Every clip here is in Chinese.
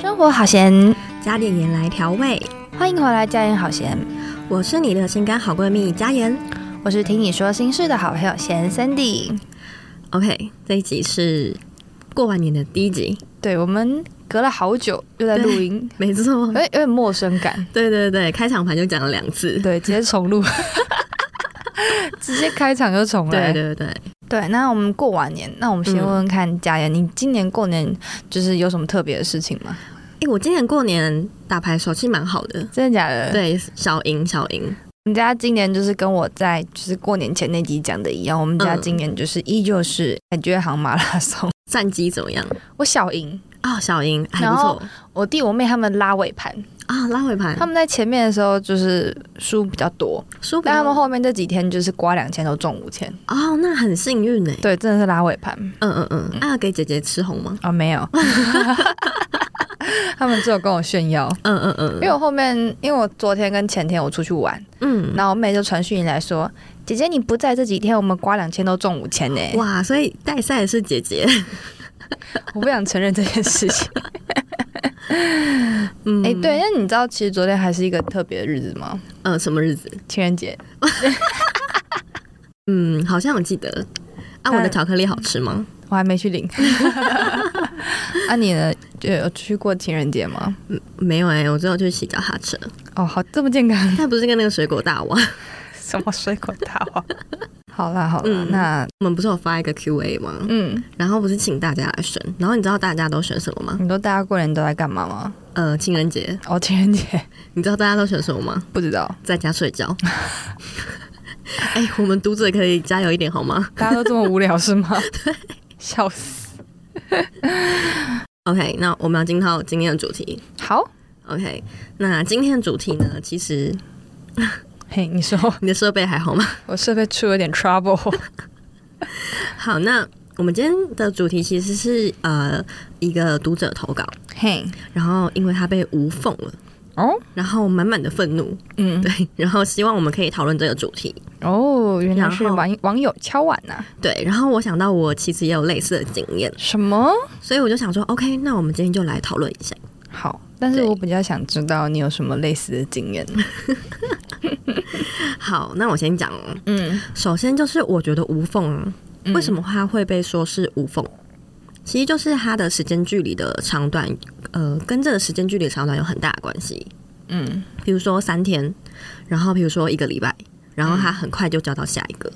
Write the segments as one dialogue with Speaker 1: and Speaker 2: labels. Speaker 1: 生活好咸，
Speaker 2: 加点盐来调味。
Speaker 1: 欢迎回来，家人好咸，
Speaker 2: 我是你的心肝好闺蜜佳妍。
Speaker 1: 我是听你说心事的好朋友咸 Sandy。
Speaker 2: OK，这一集是过完年的第一集，
Speaker 1: 对我们隔了好久又在录音，哎
Speaker 2: 没错
Speaker 1: 有。点有点陌生感，
Speaker 2: 对对对，开场盘就讲了两次。
Speaker 1: 对，直接重 录，直接开场就重来。
Speaker 2: 对对对，
Speaker 1: 对那我们过完年，那我们先问问看家人，你今年过年就是有什么特别的事情吗？
Speaker 2: 哎，我今年过年打牌手气蛮好的，
Speaker 1: 真的假的？，
Speaker 2: 对，小赢小赢。
Speaker 1: 我们家今年就是跟我在就是过年前那集讲的一样，我们家
Speaker 2: 嗯
Speaker 1: 今年就是依旧是感觉好像马拉松，
Speaker 2: 战绩怎么样？
Speaker 1: 我小赢。
Speaker 2: 哦，小赢还
Speaker 1: 然
Speaker 2: 不
Speaker 1: 后
Speaker 2: 错
Speaker 1: 我弟我妹他们拉尾盘，
Speaker 2: 啊，拉回盘
Speaker 1: 他，们在前面的时候就是输比较多，
Speaker 2: 输不
Speaker 1: 但他们
Speaker 2: 了
Speaker 1: 后面这几天就是刮两千都中五千，
Speaker 2: 哦，那很幸运呢。
Speaker 1: 对，真的是拉尾盘
Speaker 2: 嗯嗯嗯，那要给姐姐吃红吗？
Speaker 1: 啊、没有。 他们只有跟我炫耀，
Speaker 2: 嗯嗯
Speaker 1: 因
Speaker 2: 嗯
Speaker 1: 为我后面，因为我昨天跟前天我出去玩，
Speaker 2: 嗯，
Speaker 1: 然后我妹就传讯来说：“姐姐你不在这几天，我们刮两千都中五千呢。”
Speaker 2: 哇，所以带赛的是姐姐。
Speaker 1: 我不想承认这件事 情。
Speaker 2: 嗯
Speaker 1: 哎、对，那你知道其实昨天还是一个特别的日子吗？
Speaker 2: 呃，什么日子？
Speaker 1: 情人节。
Speaker 2: 嗯，好像我记得。啊，我的
Speaker 1: 但
Speaker 2: 巧克力好吃吗？
Speaker 1: 我还没去 领。啊，你呢？有有去过情人节吗？
Speaker 2: 没有哎、我只有去洗脚踏车。
Speaker 1: 哦，好，这么健康，
Speaker 2: 那不是跟那个水果大王，
Speaker 1: 什么水果大王？好啦好啦，
Speaker 2: 嗯
Speaker 1: 那
Speaker 2: 我们不是有发一个 Q&A 吗？
Speaker 1: 嗯，
Speaker 2: 然后不是请大家来选，然后你知道大家都选什么吗？
Speaker 1: 你说大家过年都在干嘛吗？
Speaker 2: 呃，情人节，
Speaker 1: 哦，情人节
Speaker 2: 你知道大家都选什么吗？
Speaker 1: 不知道，
Speaker 2: 在家睡觉。 哎、我们读者可以加油一点好吗
Speaker 1: 大家都这么无聊是吗？ 笑死。
Speaker 2: ？OK，那我们要进到今天的主题。
Speaker 1: 好，
Speaker 2: OK，那今天的主题呢？其实
Speaker 1: 嘿，你说
Speaker 2: 你的设备还好吗？
Speaker 1: 我设备出了点 trouble，
Speaker 2: 好，那我们今天的主题其实是呃一个读者投稿，
Speaker 1: 嘿，
Speaker 2: 然后因为他被无缝了，
Speaker 1: 哦，
Speaker 2: 然后满满的愤怒，
Speaker 1: 嗯，
Speaker 2: 对，然后希望我们可以讨论这个主题。
Speaker 1: 哦，原来是
Speaker 2: 然后
Speaker 1: 网网友敲碗啊呐、
Speaker 2: 对，然后我想到我其实也有类似的经验，
Speaker 1: 什么？
Speaker 2: 所以我就想说，OK，那我们今天就来讨论一下。
Speaker 1: 好，但是
Speaker 2: 对
Speaker 1: 我比较想知道你有什么类似的经验。
Speaker 2: 好，那我先讲哦。
Speaker 1: 嗯，
Speaker 2: 首先就是我觉得无缝啊，为什
Speaker 1: 么？
Speaker 2: 么它会被说是无缝？其实就是它的时间距离的长短，呃，跟这个时间距离的长短有很大的关系。
Speaker 1: 嗯，
Speaker 2: 比如说三天，然后比如说一个礼拜，然后他很快就交到下一个。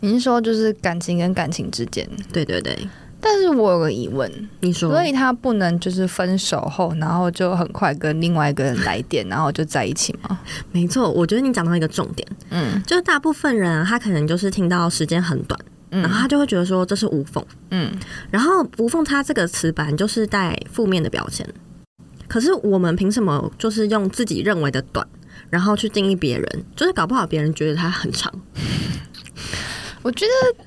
Speaker 1: 你是说就是感情跟感情之间？
Speaker 2: 对对对，
Speaker 1: 但是我有个疑问，
Speaker 2: 你说，
Speaker 1: 所以他不能就是分手后，然后就很快跟另外一个人来电，然后就在一起吗？
Speaker 2: 没错，我觉得你讲到一个重点，
Speaker 1: 嗯
Speaker 2: 就是大部分人啊，他可能就是听到时间很短，然
Speaker 1: 嗯
Speaker 2: 后他就会觉得说这是无缝，
Speaker 1: 嗯，
Speaker 2: 然后无缝它这个词版就是带负面的标签。可是我们凭什么就是用自己认为的短，然后去定义别人？就是搞不好别人觉得它很长，
Speaker 1: 我觉得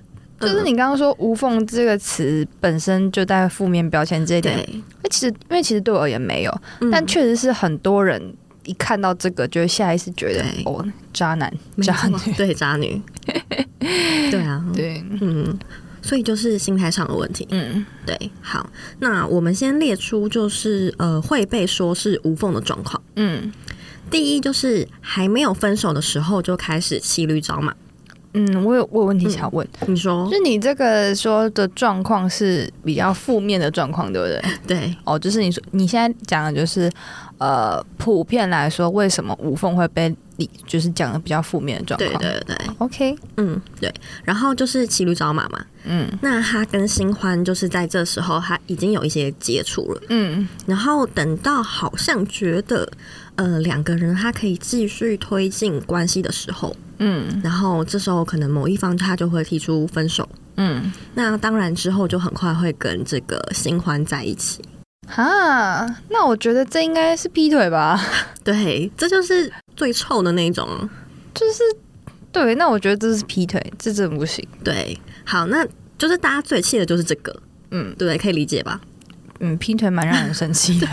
Speaker 1: 就
Speaker 2: 啊
Speaker 1: 是你刚刚说“无缝”这个词本身就带负面标签这一点，
Speaker 2: 对，
Speaker 1: 那其实因为其实对我而言没有，
Speaker 2: 嗯
Speaker 1: 但确实是很多人一看到这个，就会下意识觉得
Speaker 2: 对
Speaker 1: 哦，渣男，
Speaker 2: 没
Speaker 1: 渣
Speaker 2: 错
Speaker 1: 女，
Speaker 2: 对 渣女，对啊，
Speaker 1: 对，
Speaker 2: 嗯，所以就是心态上的问题。
Speaker 1: 嗯
Speaker 2: 对，好，那我们先列出就是呃会被说是无缝的状况。
Speaker 1: 嗯
Speaker 2: 第一就是还没有分手的时候就开始骑驴找马，
Speaker 1: 嗯，我有我有问题想问，
Speaker 2: 你说
Speaker 1: 就是你这个说的状况是比较负面的状况，对不对？
Speaker 2: 对？
Speaker 1: 哦，就是你说你现在讲的就是，呃，普遍来说，为什么无缝会被理，就是讲的比较负面的状
Speaker 2: 对
Speaker 1: 况？
Speaker 2: 对对，
Speaker 1: OK，
Speaker 2: 嗯对。然后就是骑驴找马嘛，
Speaker 1: 嗯
Speaker 2: 那他跟新欢就是在这时候他已经有一些接触了，
Speaker 1: 嗯
Speaker 2: 然后等到好像觉得呃两个人他可以继续推进关系的时候，
Speaker 1: 嗯
Speaker 2: 然后这时候可能某一方他就会提出分手。
Speaker 1: 嗯，
Speaker 2: 那当然之后就很快会跟这个新欢在一起。
Speaker 1: 哈，那我觉得这应该是劈腿吧？
Speaker 2: 对，这就是最臭的那一种。
Speaker 1: 就是对，那我觉得这是劈腿，这真的不行。
Speaker 2: 对，好，那就是大家最气的就是这个，
Speaker 1: 嗯
Speaker 2: 对不对？可以理解吧？
Speaker 1: 嗯，劈腿蛮让人生气的。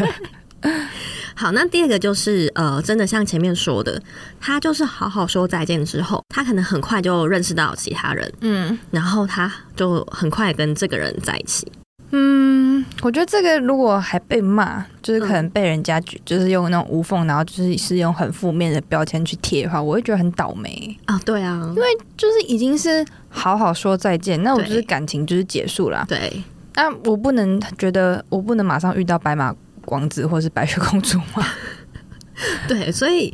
Speaker 2: 好，那第二个就是呃，真的像前面说的，他就是好好说再见之后，他可能很快就认识到其他人，
Speaker 1: 嗯
Speaker 2: 然后他就很快跟这个人在一起。
Speaker 1: 嗯，我觉得这个如果还被骂，就是可能
Speaker 2: 嗯
Speaker 1: 被人家举，就是用那种无缝，然后就是是用很负面的标签去贴的话，我会觉得很倒霉。
Speaker 2: 啊、对啊，因为
Speaker 1: 就是已经是好好说再见，那我就是
Speaker 2: 对
Speaker 1: 感情就是结束啦。
Speaker 2: 对，
Speaker 1: 那我不能觉得我不能马上遇到白马王子或是白雪公主吗？
Speaker 2: 对，所以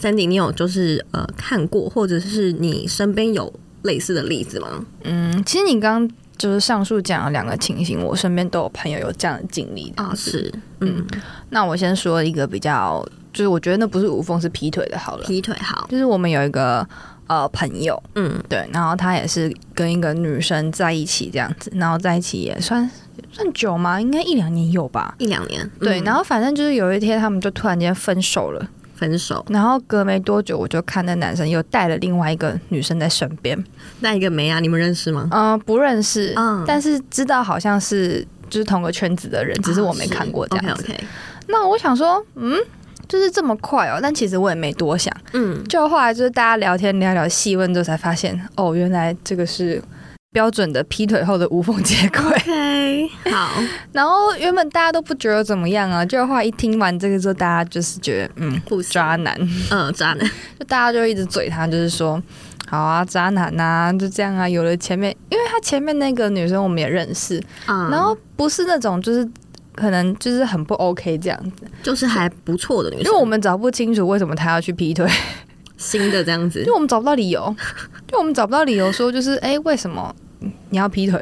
Speaker 2: Sandy，你有就是呃看过，或者是你身边有类似的例子吗？
Speaker 1: 嗯，其实你刚刚就是上述讲了两个情形，我身边都有朋友有这样的经历的。
Speaker 2: 啊，是，嗯，
Speaker 1: 那我先说一个比较，就是我觉得那不是无缝，是劈腿的好了。
Speaker 2: 劈腿好，
Speaker 1: 就是我们有一个呃朋友，
Speaker 2: 嗯，
Speaker 1: 对，然后他也是跟一个女生在一起这样子，然后在一起也算算久吗？应该一两年有吧。
Speaker 2: 一两年，
Speaker 1: 对，
Speaker 2: 嗯
Speaker 1: 然后反正就是有一天他们就突然间分手了，
Speaker 2: 分手，
Speaker 1: 然后隔没多久我就看那男生又带了另外一个女生在身边，
Speaker 2: 那一个梅啊，你们认识吗？
Speaker 1: 嗯、不认识，
Speaker 2: 嗯
Speaker 1: 但是知道好像是就是同个圈子的人，只是我没
Speaker 2: 啊
Speaker 1: 看过这样子。
Speaker 2: OK，,
Speaker 1: 那我想说，嗯，就是这么快哦，但其实我也没多想。
Speaker 2: 嗯，
Speaker 1: 就后来就是大家聊天聊聊细问之后才发现，哦，原来这个是标准的劈腿后的无缝接轨。
Speaker 2: 嗯 OK，好，
Speaker 1: 然后原本大家都不觉得怎么样啊，就后来一听完这个之后，大家就是觉得嗯，
Speaker 2: 故 事，
Speaker 1: 渣男，
Speaker 2: 呃，渣男，
Speaker 1: 就大家就一直嘴他，就是说。好啊，渣男呐、就这样啊。有了前面，因为他前面那个女生我们也认识，
Speaker 2: 嗯，
Speaker 1: 然后不是那种就是可能就是很不 OK 这样子，
Speaker 2: 就是还不错的女
Speaker 1: 因
Speaker 2: 生，
Speaker 1: 为我们找不清楚为什么他要去劈腿，
Speaker 2: 新的这样子
Speaker 1: 因为，我们找不到理由，因为我们找不到理由说就是哎、诶为什么你要劈腿？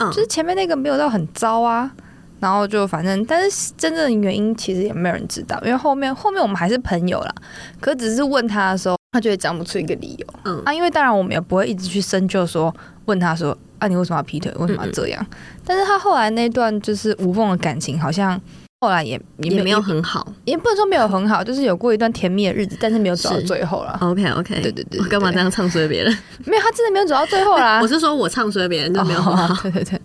Speaker 2: 嗯
Speaker 1: 就是前面那个没有到很糟啊，然后就反正，但是真正的原因其实也没有人知道，因为后面后面我们还是朋友啦，可只是问他的时候，他就也讲不出一个理由
Speaker 2: 嗯
Speaker 1: 啊，因为当然我们也不会一直去深究说问他说啊你为什么要劈腿，为什么
Speaker 2: 嗯
Speaker 1: 要这样？但是他后来那段就是无缝的感情，好像后来也也
Speaker 2: 也没有
Speaker 1: 也
Speaker 2: 很好
Speaker 1: 也不能说没有很好，就是有过一段甜蜜的日子，但是没有走到
Speaker 2: 是
Speaker 1: 最后了。
Speaker 2: ，OK OK，
Speaker 1: 对对哦对对
Speaker 2: 哦哎干嘛这样唱衰 别人？
Speaker 1: 没有，他真的没有走到最后啦。
Speaker 2: 我是说我唱衰别人就没有很好，
Speaker 1: 哦对对对。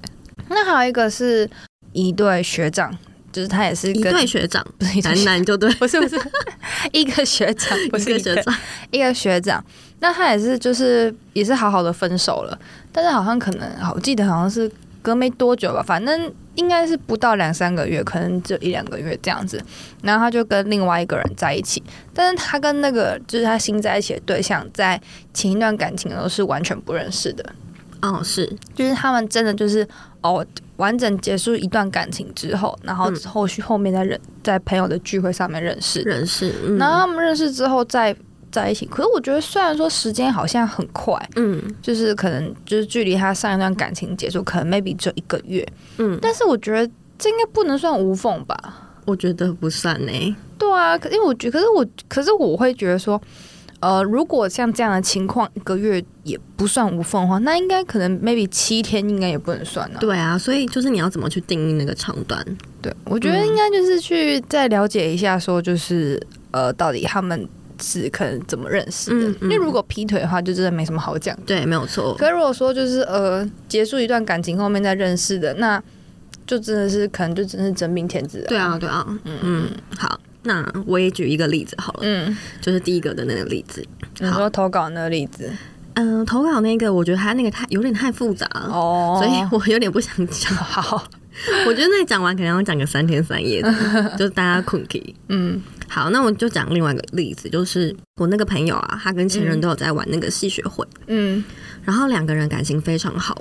Speaker 1: 那还有一个是一对学长，就是他也是
Speaker 2: 一
Speaker 1: 跟
Speaker 2: 对学长，
Speaker 1: 不 是一对
Speaker 2: 男
Speaker 1: 学
Speaker 2: 男就对，
Speaker 1: 不是不是 一个学 长，不
Speaker 2: 一
Speaker 1: 是
Speaker 2: 个
Speaker 1: 一
Speaker 2: 学
Speaker 1: 个
Speaker 2: 长，
Speaker 1: 一个学长。那他也是就是也是好好的分手了，但是好像可能好，我记得好像是隔没多久吧，反正应该是不到两三个月，可能就一两个月这样子。然后他就跟另外一个人在一起，但是他跟那个就是他新在一起的对象，在前一段感情的时候是完全不认识的。
Speaker 2: 哦，是，
Speaker 1: 就是他们真的就是哦，完整结束一段感情之后，然后
Speaker 2: 嗯
Speaker 1: 后续后面在认在朋友的聚会上面认识，
Speaker 2: 认识，嗯
Speaker 1: 然后他们认识之后再在一起。可是我觉得虽然说时间好像很快，
Speaker 2: 嗯
Speaker 1: 就是可能就是距离他上一段感情结束，可能 maybe 只有一个月，
Speaker 2: 嗯，
Speaker 1: 但是我觉得这应该不能算无缝吧？
Speaker 2: 我觉得不算呢，
Speaker 1: 对啊，可因为我觉可是我可是我会觉得说。呃，如果像这样的情况，一个月也不算无缝的话，那应该可能 maybe 七天应该也不能算啊。
Speaker 2: 对啊，所以就是你要怎么去定义那个长短？
Speaker 1: 对，我觉得应该就是去再了解一下，说就是、呃，到底他们是可能怎么认识的？
Speaker 2: 嗯嗯
Speaker 1: 因为如果劈腿的话，就真的没什么好讲。
Speaker 2: 对，没有错，
Speaker 1: 可是如果说就是呃，结束一段感情后面再认识的，那就真的是可能就真的是真命天子、啊。
Speaker 2: 对，啊，对啊，嗯好，那我也举一个例子好了，
Speaker 1: 嗯，
Speaker 2: 就是第一个的那个例子。
Speaker 1: 你说投稿那个例子
Speaker 2: 嗯、投稿那个，我觉得他那个太有点太复杂了，
Speaker 1: 哦，。
Speaker 2: 嗯所以我有点不想讲
Speaker 1: 好，
Speaker 2: 我觉得那讲完可能要讲个三天三 夜的，就是大家困 k
Speaker 1: 嗯
Speaker 2: 好，那我就讲另外一个例子，就是我那个朋友啊，他跟前任都有在玩那个戏学会，
Speaker 1: 嗯
Speaker 2: 然后两个人感情非常好，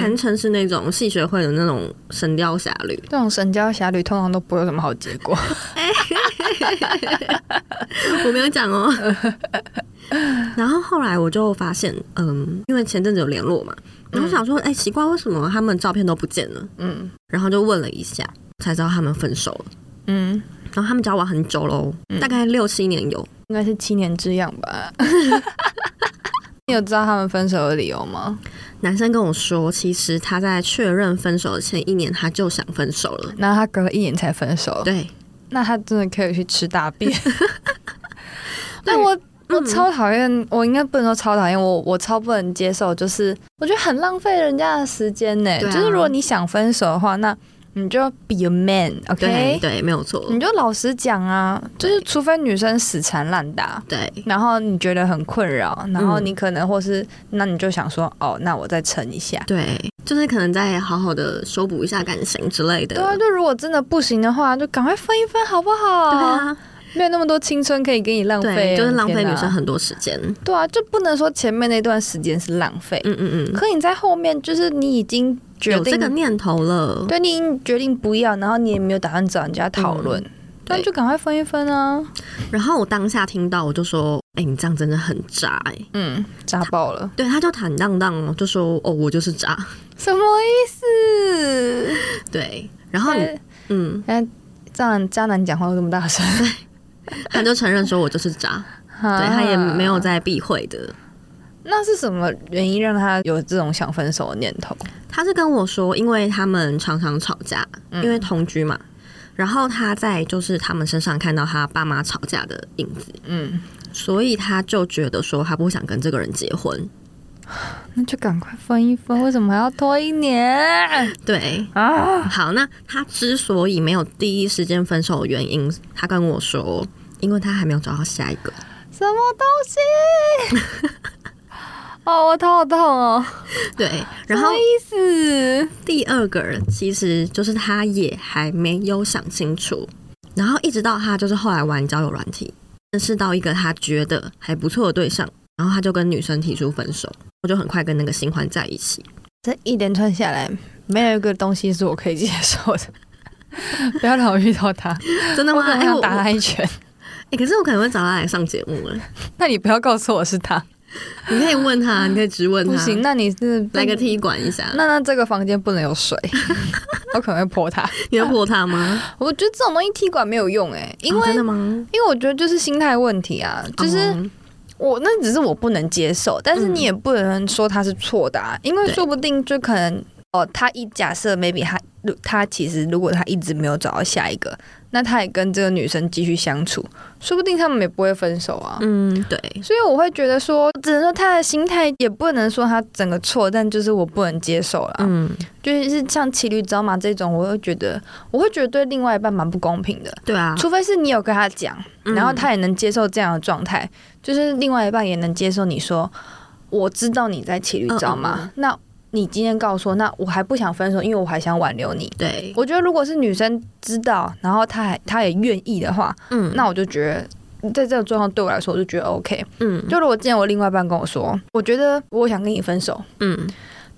Speaker 2: 堪
Speaker 1: 嗯，
Speaker 2: 称是那种戏学会的那种《神雕侠侣》。
Speaker 1: 这种神雕侠侣通常都不会有什么好结 果。
Speaker 2: 我没有讲哦。 然后后来我就发现，嗯，因为前阵子有联络嘛，然后想说，哎、奇怪，为什么他们照片都不见了？
Speaker 1: 嗯
Speaker 2: 然后就问了一下，才知道他们分手了。
Speaker 1: 嗯，
Speaker 2: 然后他们交往很久喽，大概六七年有。
Speaker 1: 应该是七年之痒 吧。你有知道他们分手的理由吗？
Speaker 2: 男生跟我说，其实他在确认分手的前一年他就想分手了。
Speaker 1: 然后他隔了一年才分手，
Speaker 2: 对，
Speaker 1: 那他真的可以去吃大 便。
Speaker 2: 对
Speaker 1: 但我
Speaker 2: 嗯
Speaker 1: 我超讨厌，我应该不能说超讨厌，我我超不能接受，就是我觉得很浪费人家的时间呢、
Speaker 2: 对啊
Speaker 1: 就是如果你想分手的话，那你就 be a man，OK？、
Speaker 2: 对，对，没有错
Speaker 1: 你。就老实讲啊，就是除非女生死缠烂打。
Speaker 2: 对，
Speaker 1: 然后你觉得很困扰，然后
Speaker 2: 嗯
Speaker 1: 你可能或是、那你就想说，哦，那我再撑一下，
Speaker 2: 对，就是可能再好好的修补一下感情之类的。
Speaker 1: 对啊，就如果真的不行的话，就赶快分一分好不好？
Speaker 2: 对啊，
Speaker 1: 没有那么多青春可以给你浪费，啊
Speaker 2: 对，就是浪费
Speaker 1: 天哪
Speaker 2: 女生。很多时间。
Speaker 1: 对啊，就不能说前面那段时间是浪费，
Speaker 2: 嗯嗯嗯，
Speaker 1: 可你在后面就是你已经决
Speaker 2: 有
Speaker 1: 定
Speaker 2: 这个念头了。
Speaker 1: 对，你已经决定不要，然后你也没有打算找人家讨论，那、
Speaker 2: 对
Speaker 1: 就赶快分一分啊！
Speaker 2: 然后我当下听到，我就说：“哎、你这样真的很渣哎、
Speaker 1: 嗯，炸爆了，
Speaker 2: 对，他就坦荡荡哦，就说：“哦，我就是渣。
Speaker 1: 什么意思？”
Speaker 2: 对，然后你， 嗯，
Speaker 1: 哎，这样渣男讲话都这么大 声，
Speaker 2: 他就承认说我就是 渣，
Speaker 1: 对
Speaker 2: 对他也
Speaker 1: 啊
Speaker 2: 没。有在避讳的。
Speaker 1: 那是什么原因让他有这种想分手的念头？
Speaker 2: 他是跟我说，因为他们常常吵架，
Speaker 1: 嗯
Speaker 2: 因为同居嘛。然后他在就是他们身上看到他爸妈吵架的影子，
Speaker 1: 嗯，
Speaker 2: 所以他就觉得说他不想跟这个人结婚。
Speaker 1: 那就赶快分一分，为什么还要拖一年
Speaker 2: 对，
Speaker 1: 啊？
Speaker 2: 好，那他之所以没有第一时间分手的原因，他跟我说，因为他还没有找到下一个。
Speaker 1: 什么东西？ 哦，我头好痛哦！
Speaker 2: 对，然后
Speaker 1: 什么意思？
Speaker 2: 第二个人其实就是他也还没有想清楚，然后一直到他就是后来玩交友软体，认识到一个他觉得还不错的对象，然后他就跟女生提出分手，我就很快跟那个新欢在一起。
Speaker 1: 这一连串下来，没有一个东西是我可以接受的。 不要让我遇到他，
Speaker 2: 真的
Speaker 1: 我
Speaker 2: 吗？
Speaker 1: 可能
Speaker 2: 哎、
Speaker 1: 想
Speaker 2: 我
Speaker 1: 打
Speaker 2: 哎、
Speaker 1: 他一拳。
Speaker 2: 可是我可能会找他来上节目哎，
Speaker 1: 那你不要告诉我是他，
Speaker 2: 你可以问他，你可以直问他，
Speaker 1: 不行。那啊你是
Speaker 2: 来个踢馆一下，
Speaker 1: 那那这个房间不能有 水，我可能会泼他。
Speaker 2: 你会破他吗？
Speaker 1: 我觉得这种东西踢馆没有用哎、因
Speaker 2: 哦
Speaker 1: 为、
Speaker 2: 真的吗？
Speaker 1: 因为我觉得就是心态问题啊，就是
Speaker 2: 哦
Speaker 1: 我那只是我不能接受，但是你也不能说他是错的啊，因为
Speaker 2: 嗯对
Speaker 1: 说不定就可能哦，他一假设 maybe 他如他其实如果他一直没有找到下一个，那他也跟这个女生继续相处，说不定他们也不会分手啊。
Speaker 2: 嗯，对，
Speaker 1: 所以我会觉得说，只能说他的心态也不能说他整个错，但就是我不能接受了。
Speaker 2: 嗯，
Speaker 1: 就是像骑驴找马这种，我会觉得我会觉得对另外一半蛮不公平的。
Speaker 2: 对啊，
Speaker 1: 除非是你有跟他讲，
Speaker 2: 嗯
Speaker 1: 然后他也能接受这样的状态，就是另外一半也能接受你说，我知道你在骑驴找马，
Speaker 2: 嗯嗯
Speaker 1: 那你今天告诉我，那我还不想分手，因为我还想挽留你。
Speaker 2: 对，
Speaker 1: 我觉得如果是女生知道，然后她还她也愿意的话，
Speaker 2: 嗯，
Speaker 1: 那我就觉得在这种状况对我来说，我就觉得 OK。
Speaker 2: 嗯，
Speaker 1: 就如果今天我另外一半跟我说，我觉得我想跟你分手，
Speaker 2: 嗯，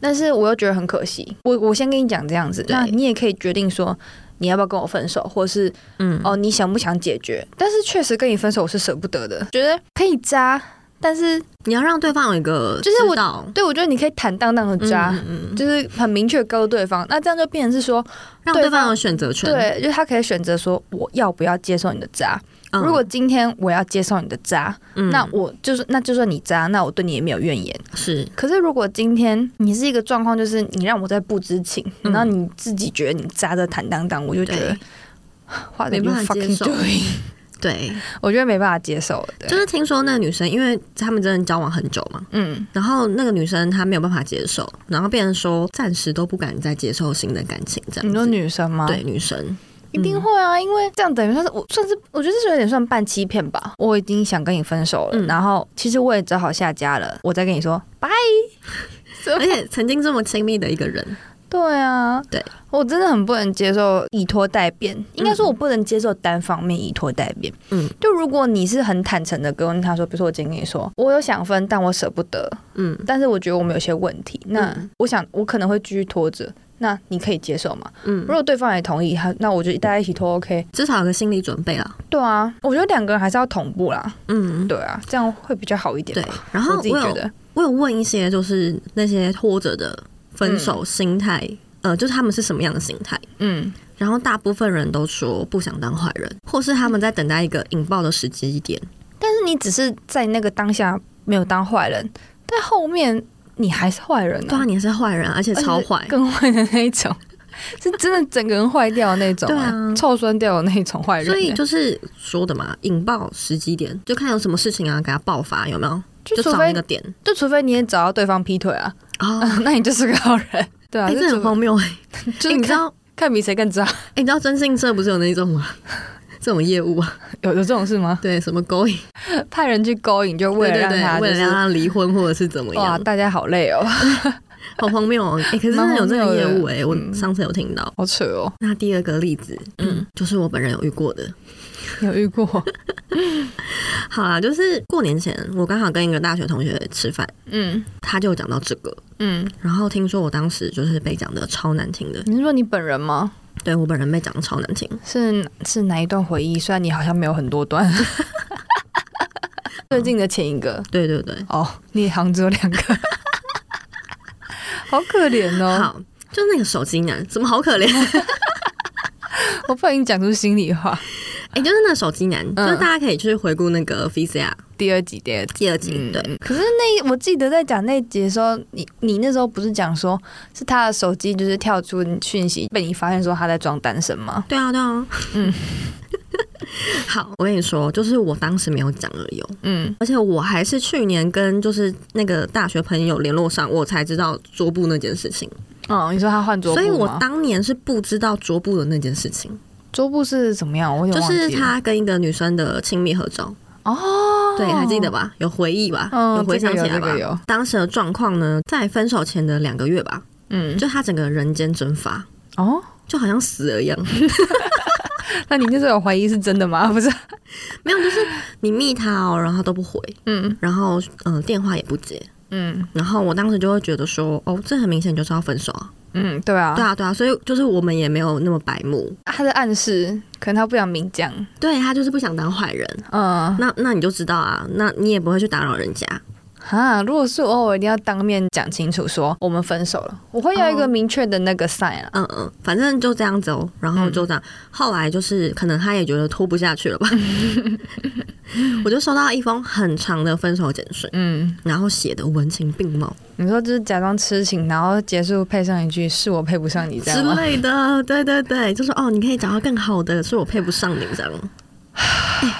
Speaker 1: 但是我又觉得很可惜，我我先跟你讲这样子，
Speaker 2: 对
Speaker 1: 那你也可以决定说你要不要跟我分手，或是
Speaker 2: 嗯，
Speaker 1: 哦，你想不想解决？但是确实跟你分手，我是舍不得的，觉得可以渣，但是
Speaker 2: 你要让对方有一个
Speaker 1: 就是我
Speaker 2: 知道
Speaker 1: 对我觉得你可以坦荡荡的渣，
Speaker 2: 嗯嗯嗯
Speaker 1: 就是很明确地告诉对方，那这样就变成是说，
Speaker 2: 让
Speaker 1: 对
Speaker 2: 对方
Speaker 1: 方
Speaker 2: 有选择权。，
Speaker 1: 对，就是他可以选择说我要不要接受你的渣。
Speaker 2: 嗯、
Speaker 1: 如果今天我要接受你的渣，
Speaker 2: 嗯
Speaker 1: 那我就是那就算你渣，那我对你也没有怨言。
Speaker 2: 是
Speaker 1: 可是如果今天你是一个状况，就是你让我在不知情，
Speaker 2: 嗯
Speaker 1: 然后你自己觉得你渣的坦荡荡，我就觉得
Speaker 2: 对
Speaker 1: What are
Speaker 2: 没
Speaker 1: you
Speaker 2: 办法接
Speaker 1: fucking
Speaker 2: 受
Speaker 1: doing？
Speaker 2: 对，
Speaker 1: 我觉得没办法接受的，
Speaker 2: 就
Speaker 1: 对，
Speaker 2: 是听说那个女生，因为他们真的交往很久嘛，
Speaker 1: 嗯，
Speaker 2: 然后那个女生她没有办法接受，然后变成说暂时都不敢再接受新的感情，这样子。
Speaker 1: 你说女生吗？
Speaker 2: 对女嗯生，
Speaker 1: 一定会啊，因为这样等于算是我算是我觉得这有点算半欺骗吧。我已经想跟你分手了，
Speaker 2: 嗯
Speaker 1: 然后其实我也只好下家了，我再跟你说拜。
Speaker 2: 而且曾经这么亲密的一个人，
Speaker 1: 对啊，
Speaker 2: 对
Speaker 1: 我真的很不能接受以拖代变，应该说我不能接受单方面以拖代变。
Speaker 2: 嗯，
Speaker 1: 就如果你是很坦诚的跟他说，比如说我今天跟你说，我有想分，但我舍不得，
Speaker 2: 嗯，
Speaker 1: 但是我觉得我们有些问题，那
Speaker 2: 嗯
Speaker 1: 我想我可能会继续拖着，那你可以接受吗？
Speaker 2: 嗯
Speaker 1: 如果对方也同意，他那我就大家一起拖 OK。
Speaker 2: 至少有个心理准备啦。
Speaker 1: 对啊，我觉得两个人还是要同步啦。
Speaker 2: 嗯，
Speaker 1: 对啊，这样会比较好一点
Speaker 2: 对
Speaker 1: 吧。。
Speaker 2: 然后
Speaker 1: 我
Speaker 2: 我
Speaker 1: 自己觉
Speaker 2: 有
Speaker 1: 得，
Speaker 2: 我有问一些，就是那些拖着的分手心态，呃，就是他们是什么样的心态？
Speaker 1: 嗯，
Speaker 2: 然后大部分人都说不想当坏人，或是他们在等待一个引爆的时机点。
Speaker 1: 但是你只是在那个当下没有当坏人，但后面你还是坏人
Speaker 2: 对
Speaker 1: 啊
Speaker 2: 啊，，你是坏人，而且
Speaker 1: 而且
Speaker 2: 超
Speaker 1: 是
Speaker 2: 坏。
Speaker 1: 更坏的那一种， 是真的整个人坏掉的那种、
Speaker 2: 对啊
Speaker 1: 臭酸掉的那种坏人、
Speaker 2: 所以
Speaker 1: 欸
Speaker 2: 就是说的嘛，引爆时机点，就看有什么事情啊，给它爆发，有没有？
Speaker 1: 就
Speaker 2: 就
Speaker 1: 除
Speaker 2: 找
Speaker 1: 非
Speaker 2: 那个点
Speaker 1: 就除非你也找到对方劈腿啊，
Speaker 2: 啊。
Speaker 1: 那你就是个好人。对啊，
Speaker 2: 哎、
Speaker 1: 就
Speaker 2: 这
Speaker 1: 除
Speaker 2: 很荒谬哎、
Speaker 1: 就是
Speaker 2: 哎你知
Speaker 1: 看
Speaker 2: 道，
Speaker 1: 看比谁更渣，
Speaker 2: 哎、你知道征信社不是有那种吗？这种业务啊，
Speaker 1: 有有这种事吗？
Speaker 2: 对，什么勾引，
Speaker 1: 派人去勾引，就为
Speaker 2: 对
Speaker 1: 了让
Speaker 2: 对对
Speaker 1: 他，就
Speaker 2: 为
Speaker 1: 是
Speaker 2: 了让他离婚或者是怎么
Speaker 1: 哇，
Speaker 2: 样？
Speaker 1: 大家好累哦。
Speaker 2: 好荒谬哦！哎、可是真的有这个业务哎、我上次有听到。
Speaker 1: 好扯哦，
Speaker 2: 那第二个例子，嗯，就是我本人有遇过的。
Speaker 1: 有遇过，哦
Speaker 2: 好啦，就是过年前，我刚好跟一个大学同学吃饭，
Speaker 1: 嗯
Speaker 2: 他就讲到这个，
Speaker 1: 嗯，
Speaker 2: 然后听说我当时就是被讲的超难听的，
Speaker 1: 你是说你本人吗？
Speaker 2: 对我本人被讲的超难听，
Speaker 1: 是是哪一段回忆？虽然你好像没有很多段， 最近的前一个
Speaker 2: 对对对，
Speaker 1: 哦，你好像只有两 个，好可怜哦！
Speaker 2: 好，就那个手机男，怎么好可怜？
Speaker 1: 我不小心讲出心里话。
Speaker 2: 哎、就是那个手机男，就是大家可以去回顾那个 VCR
Speaker 1: 第二集，第二集。
Speaker 2: 第二集，对，
Speaker 1: 嗯，可是那我记得在讲那集的时候，你你那时候不是讲说是他的手机就是跳出讯息被你发现说他在装单身吗？
Speaker 2: 对啊，对啊，嗯
Speaker 1: 嗯。
Speaker 2: 好，我跟你说，就是我当时没有讲而已哦，
Speaker 1: 嗯，
Speaker 2: 而且我还是去年跟就是那个大学朋友联络上，我才知道桌布那件事情，
Speaker 1: 哦，你说他换桌布
Speaker 2: 所
Speaker 1: 吗
Speaker 2: 以我当年是不知道桌布的那件事情，
Speaker 1: 桌布是怎么样？我有
Speaker 2: 就
Speaker 1: 点忘
Speaker 2: 是
Speaker 1: 记了
Speaker 2: 他跟一个女生的亲密合照，
Speaker 1: 哦，
Speaker 2: 对，还记得吧？有回忆吧？
Speaker 1: 嗯
Speaker 2: 有回想起来
Speaker 1: 这
Speaker 2: 吧？
Speaker 1: 个有这个有
Speaker 2: 当时的状况呢，在分手前的两个月吧，
Speaker 1: 嗯，
Speaker 2: 就他整个人间蒸发，
Speaker 1: 哦，
Speaker 2: 就好像死了一样。
Speaker 1: 那你那时候有怀疑是真的吗？不 是，
Speaker 2: 没有，就是你密他哦，然后他都不回，
Speaker 1: 嗯
Speaker 2: 然后嗯、呃电话也不接，
Speaker 1: 嗯
Speaker 2: 然后我当时就会觉得说，哦，这很明显就是要分手啊。
Speaker 1: 嗯，对啊，
Speaker 2: 对啊，对啊，所以就是我们也没有那么白目，
Speaker 1: 他的暗示可能他不想明讲，
Speaker 2: 对他就是不想当坏人。
Speaker 1: 嗯，
Speaker 2: 那那你就知道啊，那你也不会去打扰人家。
Speaker 1: 啊，如果是我，我一定要当面讲清楚说我们分手了，我会要一个明确的那个 sign 啊啦。
Speaker 2: 嗯嗯，反正就这样子哦。然后就这样，
Speaker 1: 嗯
Speaker 2: 后来就是可能他也觉得拖不下去 了吧，我就收到一封很长的分手简讯，
Speaker 1: 嗯，
Speaker 2: 然后写的文情并茂
Speaker 1: 你说就是假装痴情，然后结束配上一句“是我配不上你”这
Speaker 2: 之
Speaker 1: 样吗？
Speaker 2: 类的，对对对，就说哦，你可以找到更好的，是我配不上你这样。哎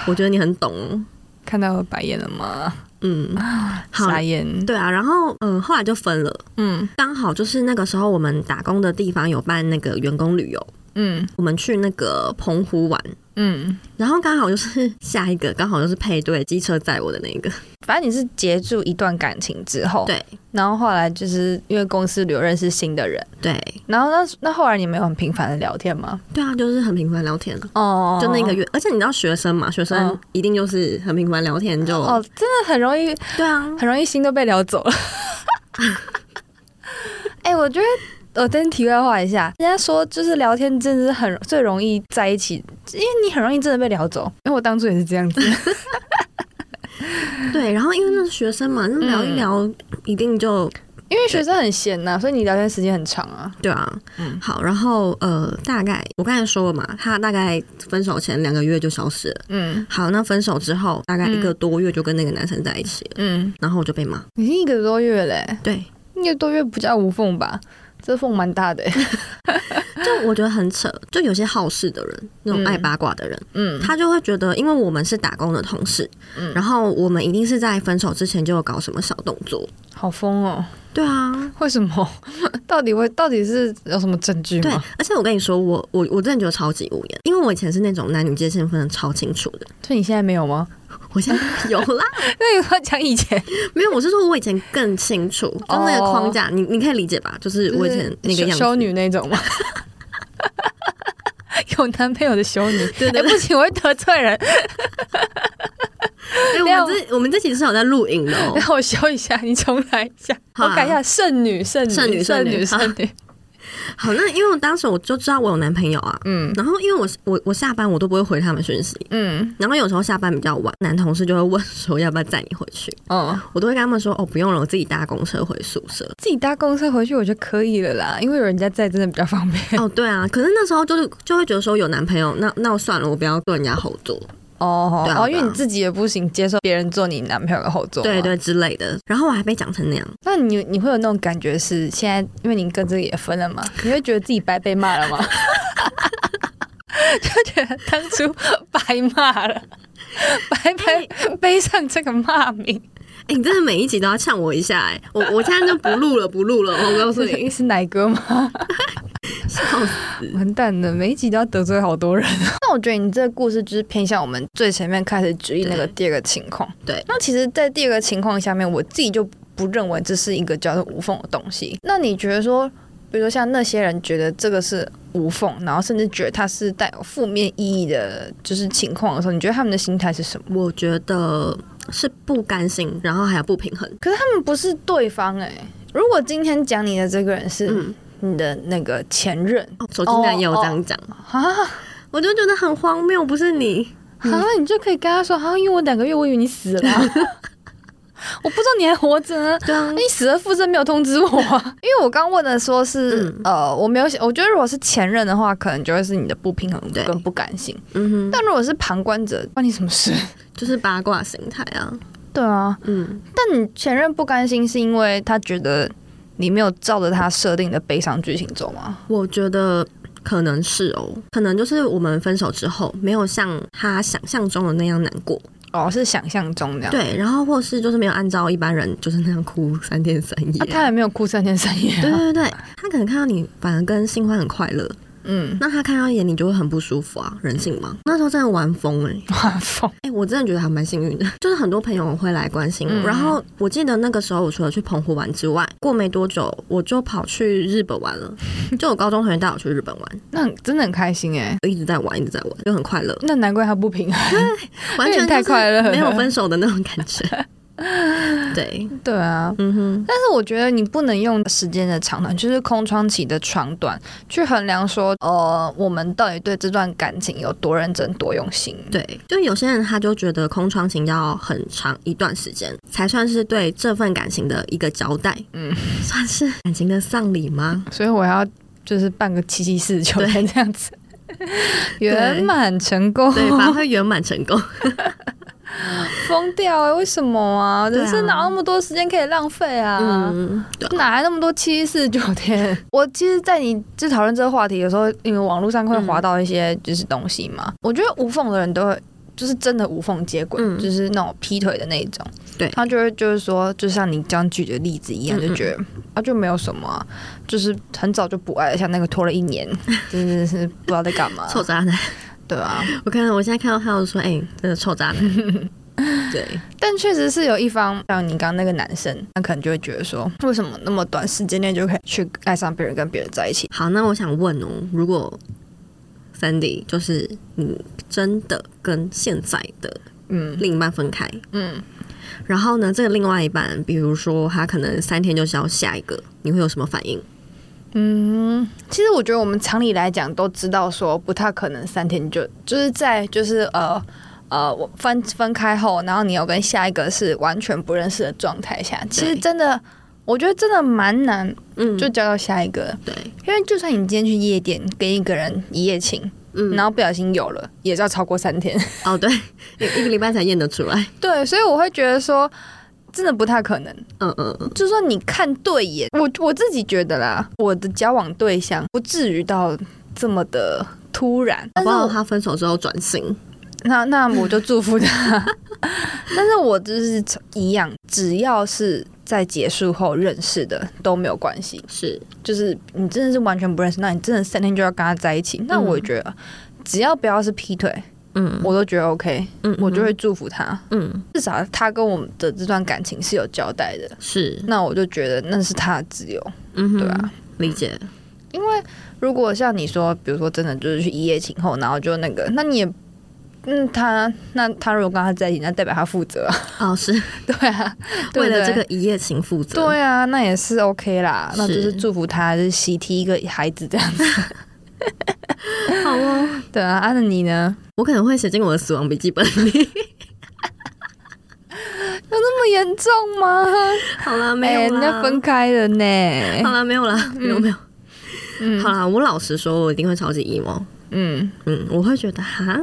Speaker 2: 我觉得你很懂哦，
Speaker 1: 看到我白眼了吗？
Speaker 2: 嗯，
Speaker 1: 啊
Speaker 2: 好，
Speaker 1: 傻眼。
Speaker 2: 对啊，然后嗯，后来就分了。
Speaker 1: 嗯
Speaker 2: 刚好就是那个时候，我们打工的地方有办那个员工旅游，
Speaker 1: 嗯
Speaker 2: 我们去那个澎湖玩，
Speaker 1: 嗯，
Speaker 2: 然后刚好就是下一个，刚好就是配对机车载我的那一个，
Speaker 1: 反正你是结束一段感情之后，
Speaker 2: 对，
Speaker 1: 然后后来就是因为公司里有认识新的人，
Speaker 2: 对
Speaker 1: 然后那那后来你们有很频繁的聊天吗？
Speaker 2: 对啊，就是很频繁聊天，
Speaker 1: 哦
Speaker 2: 就那个月，而且你知道学生嘛，学生
Speaker 1: 嗯
Speaker 2: 一定就是很频繁聊天就，
Speaker 1: 哦，真的很容易
Speaker 2: 对啊，
Speaker 1: 很容易心都被聊走了。 哎、我觉得我跟题外话一下，人家说就是聊天真的是很最容易在一起，因为你很容易真的被聊走。因为我当初也是这样子，
Speaker 2: 啊对，然后因为那是学生嘛，那聊一聊一定就
Speaker 1: 因为学生很闲 呐、所以你聊天时间很长啊。
Speaker 2: 对啊，
Speaker 1: 嗯
Speaker 2: 好，然后呃，大概我刚才说了嘛，他大概分手前两个月就消失了，
Speaker 1: 嗯
Speaker 2: 好，那分手之后大概一个多月就跟那个男生在一起了，
Speaker 1: 嗯，
Speaker 2: 然后我就被骂，
Speaker 1: 已经一个多月嘞、
Speaker 2: 对，
Speaker 1: 一个多月不叫无缝吧？这缝蛮大的、
Speaker 2: 就我觉得很扯，就有些好事的人，那种爱八卦的人。
Speaker 1: 嗯
Speaker 2: 他就会觉得，因为我们是打工的同事，
Speaker 1: 嗯
Speaker 2: 然后我们一定是在分手之前就有搞什么小动作。
Speaker 1: 好疯哦！
Speaker 2: 对啊，
Speaker 1: 为什么？ 到底会到底是有什么证据
Speaker 2: 对
Speaker 1: 吗？，
Speaker 2: 而且我跟你说，我我我真的觉得超级无言，因为我以前是那种男女界限分的超清楚的，
Speaker 1: 所以你现在没有吗？
Speaker 2: 我现在有啦，
Speaker 1: 那你要讲以前，
Speaker 2: 没有，我是说我以前更清楚，就那个
Speaker 1: 哦
Speaker 2: 框架，你你可以理解吧？就是我以前那个
Speaker 1: 就是
Speaker 2: 样
Speaker 1: 修
Speaker 2: 子，
Speaker 1: 女那 种吗？有男朋友的修女，
Speaker 2: 对对
Speaker 1: 哎不行，我会得罪人，
Speaker 2: 哎、
Speaker 1: 那
Speaker 2: 我们这我们这其实是有在录影的哦，
Speaker 1: 让我修一下，你重来一下，
Speaker 2: 好啊
Speaker 1: 我改一下，剩女，剩女，
Speaker 2: 剩女
Speaker 1: 剩女，
Speaker 2: 剩女
Speaker 1: 剩女，
Speaker 2: 好，那因为我当时我就知道我有男朋友啊，
Speaker 1: 嗯
Speaker 2: 然后因为我我我下班我都不会回他们讯息，
Speaker 1: 嗯
Speaker 2: 然后有时候下班比较晚，男同事就会问说要不要载你回去，
Speaker 1: 哦，。
Speaker 2: 我都会跟他们说哦，不用了，我自己搭公车回宿舍
Speaker 1: 自己搭公车回去我觉得可以了啦，因为有人家在，真的比较方便。
Speaker 2: 哦，对啊，可是那时候就是就会觉得说有男朋友，那那我算了，我不要对人家后座，
Speaker 1: 哦
Speaker 2: 对啊
Speaker 1: 哦，因为
Speaker 2: 对啊
Speaker 1: 你自己也不行接受别人做你男朋友的后座，
Speaker 2: 对。对之类的。然后我还被讲成那样，
Speaker 1: 那你你会有那种感觉是现在，因为你跟这个也分了嘛，你会觉得自己白被骂 了吗？就觉得当初白骂了，白白背上这个骂名，
Speaker 2: 哎、你真的每一集都要呛我一下、哎，我我现在就不录了，不录了，我告 诉你，
Speaker 1: 是奶哥吗？
Speaker 2: 笑死。
Speaker 1: 完蛋了，每一集都要得罪好多人。 那我觉得你这个故事就是偏向我们最前面开始举例那个第二个情况。
Speaker 2: 对，
Speaker 1: 那其实，在第二个情况下面，我自己就不认为这是一个叫做无缝的东西。那你觉得说，比如说像那些人觉得这个是无缝，然后甚至觉得它是带有负面意义的，就是情况的时候，你觉得他们的心态是什么？
Speaker 2: 我觉得是不甘心，然后还有不平衡。
Speaker 1: 可是他们不是对方哎、如果今天讲你的这个人是
Speaker 2: 嗯，
Speaker 1: 你的那个前任
Speaker 2: 哦手机男也有这样讲，
Speaker 1: 啊
Speaker 2: 我就觉得很荒谬，不是你？
Speaker 1: 啊，你就可以跟他说啊，因为我两个月我以为你死 了啊、我不知道你还活着呢。
Speaker 2: 对啊
Speaker 1: 那，你死而复生没有通知我啊？嗯 因为我刚问的说是、呃，我没有想，我觉得如果是前任的话，可能就会是你的不平衡
Speaker 2: 对
Speaker 1: 跟不甘心。
Speaker 2: 嗯哼，
Speaker 1: 但如果是旁观者，关你什么事？
Speaker 2: 就是八卦心态啊，
Speaker 1: 对啊，
Speaker 2: 嗯，
Speaker 1: 但你前任不甘心是因为他觉得你没有照着他设定的悲伤剧情走吗？
Speaker 2: 我觉得可能是哦，可能就是我们分手之后没有像他想象中的那样难过，
Speaker 1: 哦，是想象中那样。
Speaker 2: 对，然后或是就是没有按照一般人就是那样哭三天三夜
Speaker 1: 啊、。他也没有哭三天三夜、
Speaker 2: 对
Speaker 1: 啊。
Speaker 2: 对对，他可能看到你反而跟新欢很快乐，
Speaker 1: 嗯，
Speaker 2: 那他看到一眼你就会很不舒服啊，人性嘛。那时候真的玩疯哎、欸，
Speaker 1: 晚风。
Speaker 2: 哎、我真的觉得还蛮幸运的， 就是很多朋友会来关心我。
Speaker 1: 嗯
Speaker 2: 然后我记得那个时候，我除了去澎湖玩之外，过没多久我就跑去日本玩了。就我高中同学带我去日本玩，
Speaker 1: 那很真的很开心哎、
Speaker 2: 我一直在玩，一直在玩，就很快乐，
Speaker 1: 那难怪他不平衡。
Speaker 2: 完全就是
Speaker 1: 太快乐了
Speaker 2: 没有分手的那种感觉。 对，
Speaker 1: 对啊，
Speaker 2: 嗯哼，
Speaker 1: 但是我觉得你不能用时间的长短，就是空窗期的长短，去衡量说，呃，我们到底对这段感情有多认真、多用心。
Speaker 2: 对，就有些人他就觉得空窗期要很长一段时间，才算是对这份感情的一个交代，
Speaker 1: 嗯
Speaker 2: 嗯，算是感情的丧 礼吗？
Speaker 1: 所以我要就是办个七七四十九
Speaker 2: 对
Speaker 1: 天这 样子，圆满成功，
Speaker 2: 对，反而会圆满成功。
Speaker 1: 疯掉哎、为什么啊？
Speaker 2: 对啊
Speaker 1: 人生哪有那么多时间可以浪费啊？
Speaker 2: 嗯，对
Speaker 1: 哪来那么多七七四十九 天？我其实，在你就讨论这个话题的时候，因为网络上会滑到一些就是东西嘛，我觉得无缝的人都会。就是真的无缝接轨，
Speaker 2: 嗯
Speaker 1: 就是那种劈腿的那一种，
Speaker 2: 对
Speaker 1: 他就会就是说，就像你这样举的例子一样，
Speaker 2: 嗯嗯
Speaker 1: 就觉得啊就没有什么啊、就是很早就不爱了，像那个拖了一 年，真的是不知道在干嘛，
Speaker 2: 臭渣男。
Speaker 1: 对啊。
Speaker 2: 我看到我现在看到他，我说，哎、真的臭渣男。 对，
Speaker 1: 但确实是有一方，像你刚刚那个男生，他可能就会觉得说，为什么那么短时间内就可以去爱上别人，跟别人在一起？
Speaker 2: 好，那我想问哦，如果 Sandy 就是你真的跟现在的
Speaker 1: 嗯
Speaker 2: 另一半分开，
Speaker 1: 嗯，
Speaker 2: 然后呢，这个另外一半，比如说他可能三天就是要下一个，你会有什么反应？
Speaker 1: 嗯，其实我觉得我们常理来讲都知道，说不太可能三天就就是在就是呃呃我分分开后，然后你有跟下一个是完全不认识的状态下，其实真的我觉得真的蛮难
Speaker 2: 嗯，
Speaker 1: 就交到下一个，
Speaker 2: 对，
Speaker 1: 因为就算你今天去夜店跟一个人一夜情，
Speaker 2: 嗯，
Speaker 1: 然后不小心有了，也是要超过三天。
Speaker 2: 哦，对， 一个礼拜才验得出来。
Speaker 1: 对，所以我会觉得说。真的不太可能，
Speaker 2: 嗯嗯嗯，
Speaker 1: 就算你看对眼，我我自己觉得啦，我的交往对象不至于到这么的突然，但
Speaker 2: 搞不
Speaker 1: 是
Speaker 2: 好
Speaker 1: 我
Speaker 2: 他分手之后转型。
Speaker 1: 那那我就祝福他。 但是我就是一样，只要是在结束后认识的都没有关系。
Speaker 2: 是，
Speaker 1: 就是你真的是完全不认识，那你真的三天就要跟他在一起，那我觉得、只要不要是劈腿，
Speaker 2: 嗯
Speaker 1: 我都觉得 OK，
Speaker 2: 嗯
Speaker 1: 我就会祝福他。
Speaker 2: 嗯，
Speaker 1: 至少他跟我们的这段感情是有交代的，
Speaker 2: 是，
Speaker 1: 那我就觉得那是他的自由，
Speaker 2: 嗯哼，
Speaker 1: 对啊吧、
Speaker 2: 理解。
Speaker 1: 因为如果像你说，比如说真的就是去一夜情后，然后就那个，那你也，嗯，他那他如果跟他在一起，那代表他负责啊，
Speaker 2: 哦，是
Speaker 1: 对啊，对
Speaker 2: 为
Speaker 1: 不对
Speaker 2: 了这个一夜情负责。
Speaker 1: 对啊，那也是 OK 啦，那就是是祝福他，就是喜提一个孩子这样 子。
Speaker 2: 好哦，
Speaker 1: 对啊，啊那你呢？
Speaker 2: 我可能会写进我的死亡笔记本里。
Speaker 1: 那么严重吗？
Speaker 2: 好啦， 没有啊
Speaker 1: 哎人
Speaker 2: 啦，
Speaker 1: 家分哎嗯开了
Speaker 2: 好
Speaker 1: 呢。
Speaker 2: 啦，没有啦，没有没有。好啦，我老实说，我一定会超级 emo。
Speaker 1: 嗯，
Speaker 2: 嗯，我会觉得哈，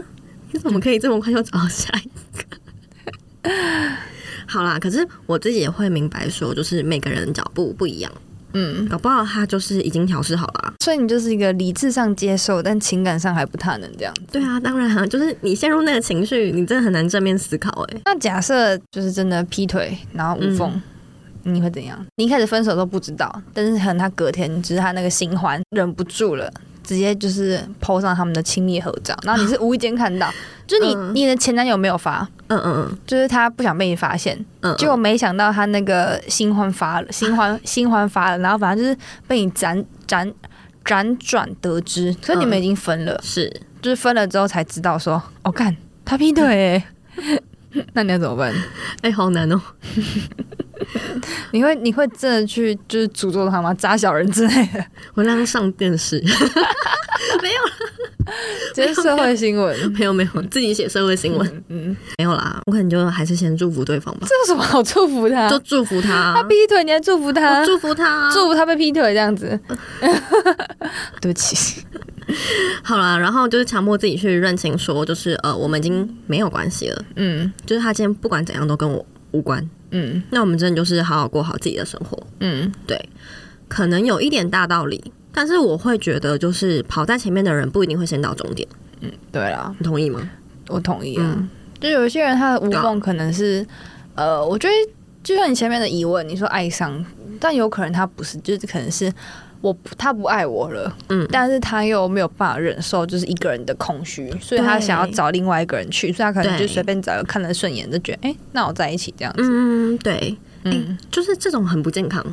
Speaker 2: 你怎么可以这么快就找到下一个？ 好啦，可是我自己也会明白说，就是每个人脚步不一样，
Speaker 1: 嗯，
Speaker 2: 搞不好他就是已经调试好了啊、
Speaker 1: 所以你就是一个理智上接受，但情感上还不太能这样。
Speaker 2: 对啊，当然啊，就是你陷入那个情绪，你真的很难正面思考、欸。哎，
Speaker 1: 那假设就是真的劈腿，然后无缝，你会怎样？你一开始分手都不知道，但是可能他隔天就是他那个新欢忍不住了。直接就是 PO 上他们的亲密合照，然后你是无意间看到，就是你、
Speaker 2: 嗯
Speaker 1: 你的前男友没有发，
Speaker 2: 嗯嗯
Speaker 1: 就是他不想被你发现，
Speaker 2: 嗯，
Speaker 1: 结果没想到他那个新欢发了，新欢新欢发了，然后反正就是被你辗辗辗转得知，所以你们已经分了，
Speaker 2: 是
Speaker 1: 就是分了之后才知道说，哦，干他劈腿欸、 那你要怎么办？
Speaker 2: 哎、好难哦。
Speaker 1: 你会你会真的去就是诅咒他吗？扎小人之类的，
Speaker 2: 我让他上电视，
Speaker 1: 这是社会新闻。
Speaker 2: 没有没有，自己写社会新闻、
Speaker 1: 嗯嗯，
Speaker 2: 没有啦。我可能就还是先祝福对方吧，
Speaker 1: 这有什么好祝福 他？
Speaker 2: 就祝福他，
Speaker 1: 他劈腿，你还祝福他？
Speaker 2: 我祝福他，
Speaker 1: 啊祝福他被劈腿这样子。 对不起，
Speaker 2: 好啦。然后就是强迫自己去认清，说就是呃，我们已经没有关系了，
Speaker 1: 嗯
Speaker 2: 就是他今天不管怎样都跟我无关。
Speaker 1: 嗯
Speaker 2: 那我们真的就是好好过好自己的生活。
Speaker 1: 嗯
Speaker 2: 对，可能有一点大道理，但是我会觉得，就是跑在前面的人不一定会先到终点，
Speaker 1: 嗯，对啦，
Speaker 2: 你同意吗？
Speaker 1: 我同意啊。就有一些人他的无缝可能是，呃，我觉得就像你前面的疑问，你说爱上，但有可能他不是，就是可能是。我不他不爱我了，
Speaker 2: 嗯
Speaker 1: 但是他又没有办法忍受就是一个人的空虚，所以他
Speaker 2: 对
Speaker 1: 想要找另外一个人去，所以他可能就
Speaker 2: 对
Speaker 1: 随便找个看得顺眼的，就觉得哎、诶那我在一起这样子，
Speaker 2: 嗯，对，
Speaker 1: 嗯
Speaker 2: 就是这种很不健康。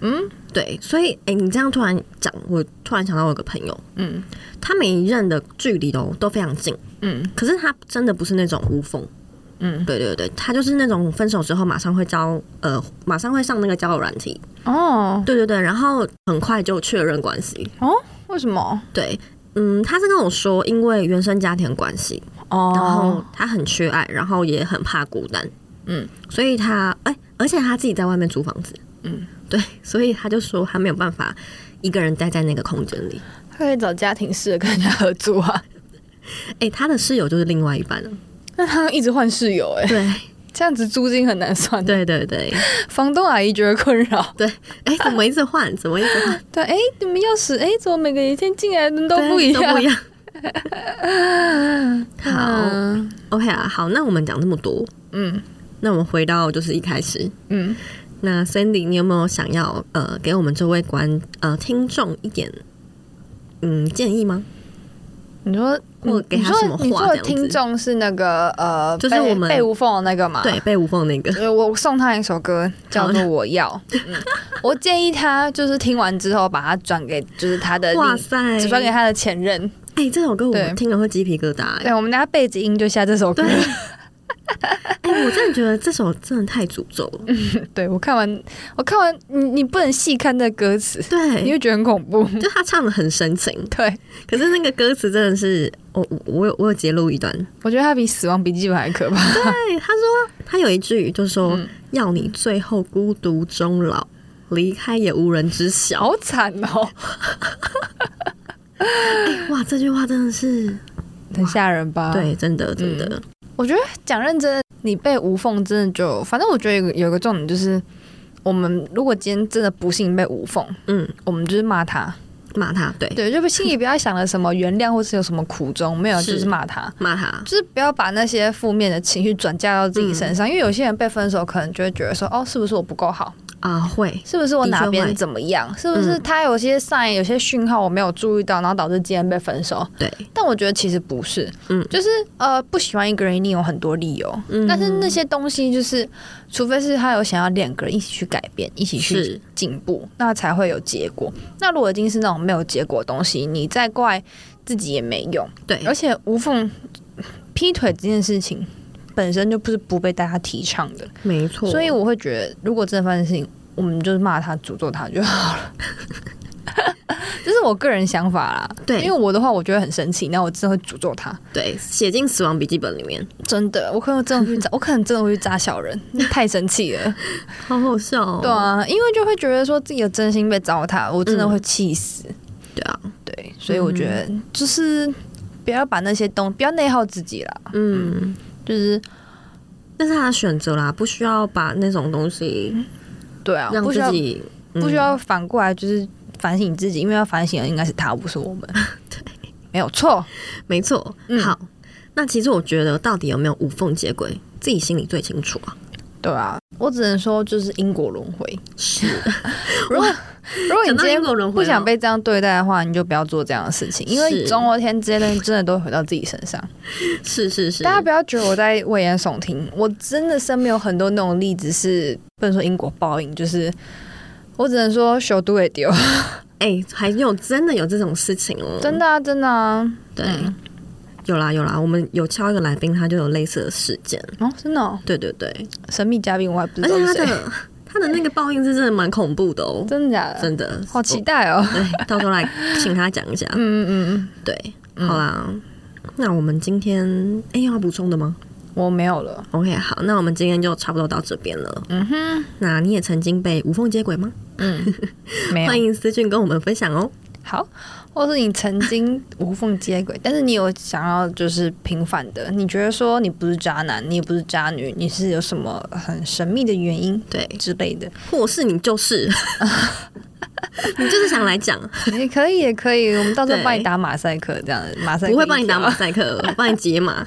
Speaker 1: 嗯
Speaker 2: 对，所以哎、诶你这样突然讲，我突然想到我有个朋友，
Speaker 1: 嗯
Speaker 2: 他每一任的距离都都非常近，
Speaker 1: 嗯
Speaker 2: 可是他真的不是那种无缝。
Speaker 1: 嗯，
Speaker 2: 对对对，他就是那种分手之后马上会交呃，马上会上那个交友软体，
Speaker 1: 哦
Speaker 2: 对对对，然后很快就确认关系。
Speaker 1: 为什么？
Speaker 2: 对，嗯，他是跟我说，因为原生家庭关系，
Speaker 1: 哦
Speaker 2: 然后他很缺爱，然后也很怕孤单，
Speaker 1: 嗯，
Speaker 2: 所以他哎、而且他自己在外面租房子，
Speaker 1: 嗯，
Speaker 2: 对，所以他就说他没有办法一个人待在那个空间里。
Speaker 1: 他可以找家庭式的跟人家合租啊。
Speaker 2: 哎、他的室友就是另外一半了，
Speaker 1: 那他一直换室友哎、
Speaker 2: 对
Speaker 1: 这样子租金很难算，
Speaker 2: 对对对，
Speaker 1: 房东阿姨觉得困 扰。
Speaker 2: 对，哎、怎么一直换？怎么一直换？
Speaker 1: 对，哎、你们钥匙，哎、怎么每个一天进来的 人都
Speaker 2: 对
Speaker 1: 不一
Speaker 2: 都
Speaker 1: 样？
Speaker 2: 不一样。好
Speaker 1: 嗯
Speaker 2: ，OK 啊，好，那我们讲这么多，
Speaker 1: 嗯
Speaker 2: 那我们回到就是一开始，
Speaker 1: 嗯，
Speaker 2: 那 Sandy，你有没有想要呃给我们这位观呃听众一点嗯建议吗？
Speaker 1: 你说你
Speaker 2: 或给他
Speaker 1: 你说
Speaker 2: 什么话
Speaker 1: 你说
Speaker 2: 这
Speaker 1: 的
Speaker 2: 样子
Speaker 1: 听众是那个呃，
Speaker 2: 就是
Speaker 1: 被
Speaker 2: 我们
Speaker 1: 被无缝的那个嘛？
Speaker 2: 对，。被无缝那个，
Speaker 1: 呃，我送他一首歌，叫做《我 要》。嗯，我建议他就是听完之后，把它转给就是他的另，
Speaker 2: 哇塞，
Speaker 1: 只转给他的前任。
Speaker 2: 哎、这首歌
Speaker 1: 对
Speaker 2: 我听了会鸡皮疙瘩、哎
Speaker 1: 对，我们家背景音就下这首歌
Speaker 2: 对。哎、我真的觉得这首真的太诅咒
Speaker 1: 嗯
Speaker 2: 了，
Speaker 1: 对我看完，我看完你你不能细看那歌词，你
Speaker 2: 对，
Speaker 1: 会觉得很恐怖。
Speaker 2: 就他唱的很深情，
Speaker 1: 对
Speaker 2: 可是那个歌词真的是，我我我有我有截录一段，
Speaker 1: 我觉得它比《死亡笔记本》还可怕。
Speaker 2: 对，他说他有一句就是说、
Speaker 1: 嗯
Speaker 2: 要你最后孤独终老，离开也无人 知晓，
Speaker 1: 好惨哦，
Speaker 2: 哇，这句话真的是，
Speaker 1: 很吓人吧？，
Speaker 2: 对，真的真的，
Speaker 1: 我觉得讲认真的，你被无缝真的就，反正我觉得有个有个重点就是，我们如果今天真的不幸被无缝，
Speaker 2: 嗯，
Speaker 1: 我们就是骂他，
Speaker 2: 骂他，对，
Speaker 1: 对，就心里不要想了什么原谅或是有什么苦衷，没有，
Speaker 2: 是
Speaker 1: 就是骂他。
Speaker 2: 骂他，
Speaker 1: 就是不要把那些负面的情绪转嫁到自己身
Speaker 2: 嗯
Speaker 1: 上，因为有些人被分手，可能就会觉得说，哦，是不是我不够好？
Speaker 2: 啊，会，
Speaker 1: 是不是我哪
Speaker 2: 的确
Speaker 1: 边
Speaker 2: 会嗯
Speaker 1: 怎么样？是不是他有些 sign、有些讯号我没有注意到，然后导致今天被分手？
Speaker 2: 对，
Speaker 1: 但我觉得其实不是，
Speaker 2: 嗯
Speaker 1: 就是呃，不喜欢一个人一定有很多理由，
Speaker 2: 嗯
Speaker 1: 但是那些东西就是，除非是他有想要两个人一起去改变，一起去
Speaker 2: 是
Speaker 1: 进步，那才会有结果。那如果已经是那种没有结果的东西，你再怪自己也没用。
Speaker 2: 对
Speaker 1: 而，且无缝劈腿这件事情本身就不是不被大家提倡的，
Speaker 2: 没错，
Speaker 1: 所以我会觉得，如果真的发生事情，我们就是骂他、诅咒他就好了。 这是我个人想法啦，
Speaker 2: 对
Speaker 1: 因为我的话，我觉得很生气，那我真的会诅咒他，
Speaker 2: 对写进死亡笔记本里面，
Speaker 1: 真的，我可能真的会 去扎，我可能真的会去扎小人，太生气了，
Speaker 2: 好好笑哦，
Speaker 1: 对啊，因为就会觉得说自己的真心被糟蹋，我真的会气死，
Speaker 2: 对啊，
Speaker 1: 对，所以我觉得就是不要把那些东，不要内耗自己啦，
Speaker 2: 嗯，
Speaker 1: 就是
Speaker 2: 那是他的选择啦，不需要把那种东西
Speaker 1: 对啊，
Speaker 2: 让
Speaker 1: 不需
Speaker 2: 自
Speaker 1: 要
Speaker 2: 己
Speaker 1: 不需要反过来就是反省自己，因为要反省的应该是他，不是我 们，没有错。
Speaker 2: 没错，
Speaker 1: 嗯
Speaker 2: 好。那其实我觉得，到底有没有无缝接轨，自己心里最清楚啊。
Speaker 1: 对啊，我只能说就是因果轮回。
Speaker 2: 是，
Speaker 1: 如果你
Speaker 2: 讲
Speaker 1: 今
Speaker 2: 到
Speaker 1: 天
Speaker 2: 因果轮回
Speaker 1: 不
Speaker 2: 哦，
Speaker 1: 想被这样对待的话，你就不要做这样的事情，因为
Speaker 2: 是
Speaker 1: 总有一天这些东西真的都会回到自己身上。
Speaker 2: 是是是，
Speaker 1: 大家不要觉得我在危言耸听，我真的身边有很多那种例子是不能说因果报应，就是我只能说修都会 丢，
Speaker 2: 哎、还有真的有这种事情哦，
Speaker 1: 真的啊，真的啊，
Speaker 2: 对。
Speaker 1: 嗯
Speaker 2: 有啦有啦，我们有敲一个来宾，他就有类似的事件。
Speaker 1: 哦，真的、哦，
Speaker 2: 对对对，
Speaker 1: 神秘嘉宾我还不知
Speaker 2: 而
Speaker 1: 道
Speaker 2: 且
Speaker 1: 是
Speaker 2: 他
Speaker 1: 谁，
Speaker 2: 的 他的那个报应是真的蛮恐怖的哦，
Speaker 1: 真的假的？
Speaker 2: 真的。
Speaker 1: 好期待哦，
Speaker 2: 对，到时候来请他讲一下。
Speaker 1: 嗯嗯嗯
Speaker 2: 对，好啦，那我们今天哎、有要补充的吗
Speaker 1: 嗯，我没有了，
Speaker 2: ？OK，好，那我们今天就差不多到这边了。
Speaker 1: 嗯哼，
Speaker 2: 那你也曾经被无缝接轨吗？
Speaker 1: 嗯，没有
Speaker 2: 欢，迎私讯跟我们分享哦。
Speaker 1: 好，或是你曾经无缝接轨，但是你有想要就是平反的，你觉得说你不是渣男，你也不是渣女，你是有什么很神秘的原因
Speaker 2: 对，
Speaker 1: 之类的，
Speaker 2: 或是你就是， 你就是想来讲，
Speaker 1: 也可以，也可以，我们到时候
Speaker 2: 对
Speaker 1: 帮你打马赛克，这样子马赛克
Speaker 2: 不会帮你打
Speaker 1: 一
Speaker 2: 马
Speaker 1: 条
Speaker 2: 赛克，我帮你解码。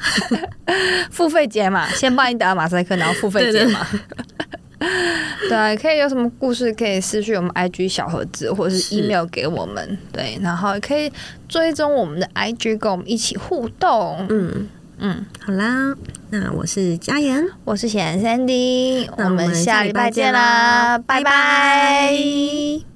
Speaker 1: 付费解码，先帮你打马赛克，然后付费解码。 对啊，可以有什么故事可以私讯我们 IG 小盒子，或者是
Speaker 2: 是
Speaker 1: email 给我们。对，然后也可以追踪我们的 IG，跟我们一起互动。
Speaker 2: 嗯
Speaker 1: 嗯，
Speaker 2: 好啦，那我是佳妍，
Speaker 1: 我是贤 Sandy，
Speaker 2: 那
Speaker 1: 我
Speaker 2: 我
Speaker 1: 们
Speaker 2: 们
Speaker 1: 下
Speaker 2: 下
Speaker 1: 礼
Speaker 2: 礼
Speaker 1: 拜
Speaker 2: 拜
Speaker 1: 见
Speaker 2: 见
Speaker 1: 啦，
Speaker 2: 啦
Speaker 1: 拜拜
Speaker 2: 拜拜